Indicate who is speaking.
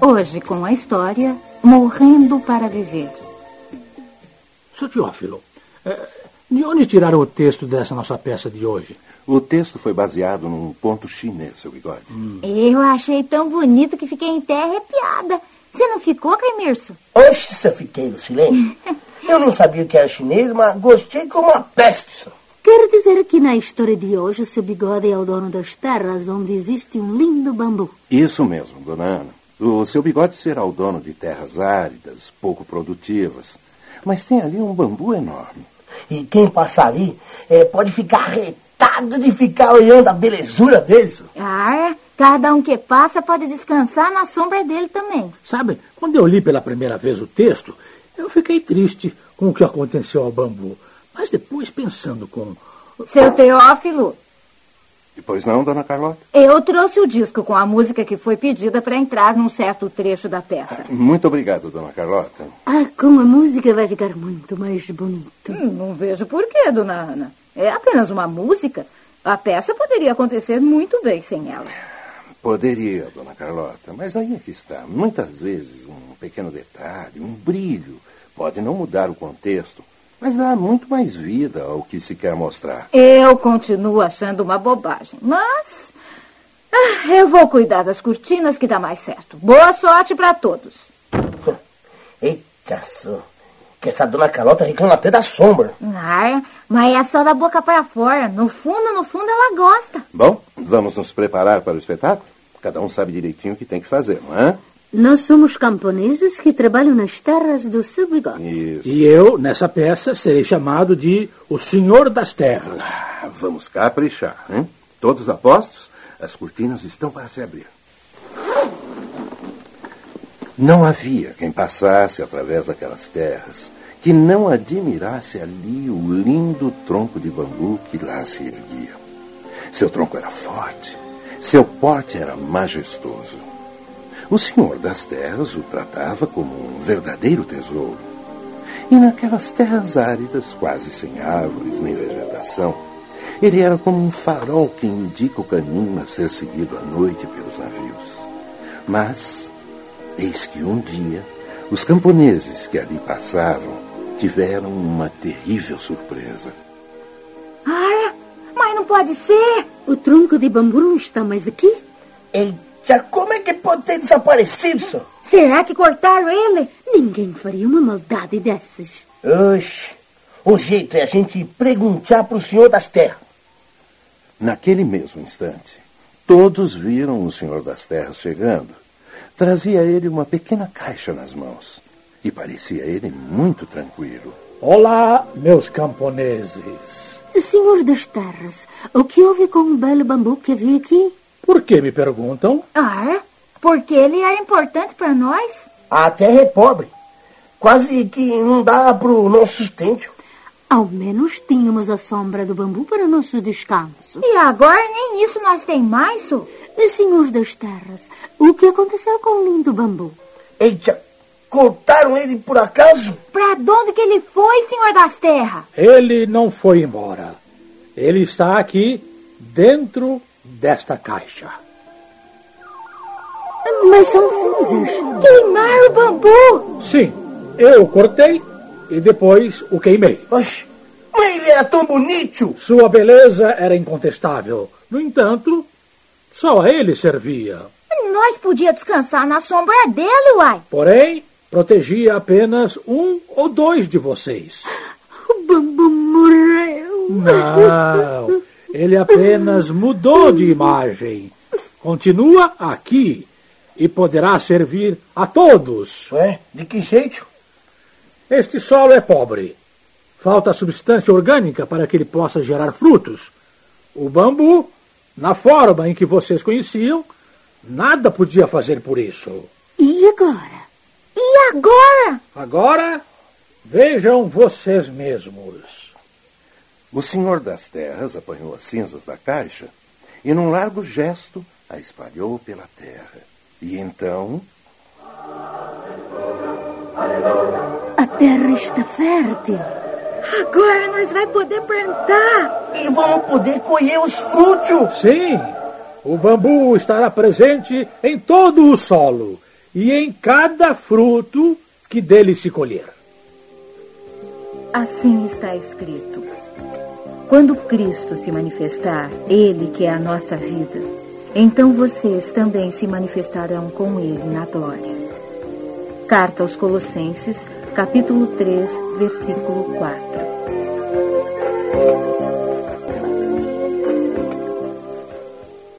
Speaker 1: Hoje com a história Morrendo para Viver.
Speaker 2: Seu Teófilo, é, de onde tiraram o texto dessa nossa peça de hoje?
Speaker 3: O texto foi baseado num ponto chinês, seu bigode.
Speaker 4: Hum.
Speaker 1: Eu achei tão bonito que fiquei em pé arrepiada. Você não ficou, Caimirso?
Speaker 4: Oxe, seu fiqueiro, silêncio. Eu não sabia que era chinês, mas gostei como uma peste, senhor.
Speaker 5: Quero dizer que na história de hoje o seu bigode é o dono das terras onde existe um lindo bambu.
Speaker 3: Isso mesmo, dona Ana. O seu bigode será o dono de terras áridas, pouco produtivas. Mas tem ali um bambu enorme.
Speaker 4: E quem passar ali eh, pode ficar arretado de ficar olhando a belezura dele, senhor.
Speaker 1: Ah, cada um que passa pode descansar na sombra dele também.
Speaker 2: Sabe, quando eu li pela primeira vez o texto, eu fiquei triste com o que aconteceu ao bambu. Mas depois, pensando com.
Speaker 1: Seu Teófilo,
Speaker 3: Depois não, dona Carlota?
Speaker 1: eu trouxe o disco com a música que foi pedida para entrar num certo trecho da peça.
Speaker 3: Muito obrigado, dona Carlota.
Speaker 5: Ah, com a música vai ficar muito mais bonito.
Speaker 1: Hum, não vejo porquê, dona Ana. É apenas uma música. A peça poderia acontecer muito bem sem ela.
Speaker 3: Poderia, dona Carlota, mas aí é que está. Muitas vezes um pequeno detalhe, um brilho, pode não mudar o contexto, mas dá muito mais vida ao que se quer mostrar.
Speaker 1: Eu continuo achando uma bobagem, mas. ah, eu vou cuidar das cortinas que dá mais certo. Boa sorte para todos.
Speaker 4: Eita, senhor. Que essa dona Calota reclama até da sombra.
Speaker 1: Ah, mas é só da boca para fora. No fundo, no fundo, ela gosta.
Speaker 3: Bom, vamos nos preparar para o espetáculo? Cada um sabe direitinho o que tem que fazer, não é?
Speaker 5: Nós somos camponeses que trabalham nas terras do seu bigode.
Speaker 3: Isso.
Speaker 2: E eu, nessa peça, serei chamado de o Senhor das Terras.
Speaker 3: Ah, Vamos caprichar, hein? Todos apostos? As cortinas estão para se abrir. Não havia quem passasse através daquelas terras que não admirasse ali o lindo tronco de bambu que lá se erguia. Seu tronco era forte, seu porte era majestoso. O senhor das terras o tratava como um verdadeiro tesouro. E naquelas terras áridas, quase sem árvores nem vegetação, ele era como um farol que indica o caminho a ser seguido à noite pelos navios. Mas, eis que um dia, os camponeses que ali passavam tiveram uma terrível surpresa.
Speaker 1: Ah, mas não pode ser.
Speaker 5: O tronco de bambu não está mais aqui?
Speaker 4: Eita, como é que pode ter desaparecido, senhor?
Speaker 1: Será que cortaram ele?
Speaker 5: Ninguém faria uma maldade dessas.
Speaker 4: Oxe, o jeito é a gente perguntar pro senhor das terras.
Speaker 3: Naquele mesmo instante, todos viram o Senhor das Terras chegando. Trazia ele uma pequena caixa nas mãos e parecia ele muito tranquilo.
Speaker 2: Olá, meus camponeses.
Speaker 5: Senhor das terras, o que houve com o belo bambu que havia aqui?
Speaker 2: Por que me perguntam?
Speaker 1: Ah, porque ele era importante para nós.
Speaker 4: A terra é pobre. Quase que não dá pro nosso sustento.
Speaker 5: Ao menos tínhamos a sombra do bambu para nosso descanso.
Speaker 1: E agora nem isso nós tem mais, Su.
Speaker 5: Senhor das terras, o que aconteceu com o lindo bambu?
Speaker 4: Eita, cortaram ele por acaso?
Speaker 1: Pra onde que ele foi, senhor das terras?
Speaker 2: Ele não foi embora. Ele está aqui dentro desta caixa.
Speaker 5: Mas são cinzas.
Speaker 1: Queimaram o bambu.
Speaker 2: Sim, eu o cortei e depois o queimei.
Speaker 4: Oxe, mas ele era tão bonito.
Speaker 2: Sua beleza era incontestável. No entanto, só a ele servia.
Speaker 1: Nós podia descansar na sombra dele, uai.
Speaker 2: Porém, protegia apenas um ou dois de vocês.
Speaker 5: O bambu morreu.
Speaker 2: Não, ele apenas mudou de imagem. Continua aqui e poderá servir a todos.
Speaker 4: Ué, de que jeito?
Speaker 2: Este solo é pobre. Falta substância orgânica para que ele possa gerar frutos. O bambu, na forma em que vocês conheciam, nada podia fazer por isso.
Speaker 5: E agora?
Speaker 1: E agora?
Speaker 2: Agora, vejam vocês mesmos.
Speaker 3: O Senhor das Terras apanhou as cinzas da caixa e, num largo gesto, a espalhou pela terra. E então,
Speaker 5: A terra está fértil.
Speaker 1: Agora nós vai poder plantar.
Speaker 4: E vamos poder colher os frutos.
Speaker 2: Sim, o bambu estará presente em todo o solo e em cada fruto que dele se colher.
Speaker 1: Assim está escrito. Quando Cristo se manifestar, Ele que é a nossa vida, então vocês também se manifestarão com Ele na glória. Carta aos Colossenses, capítulo 3, versículo 4.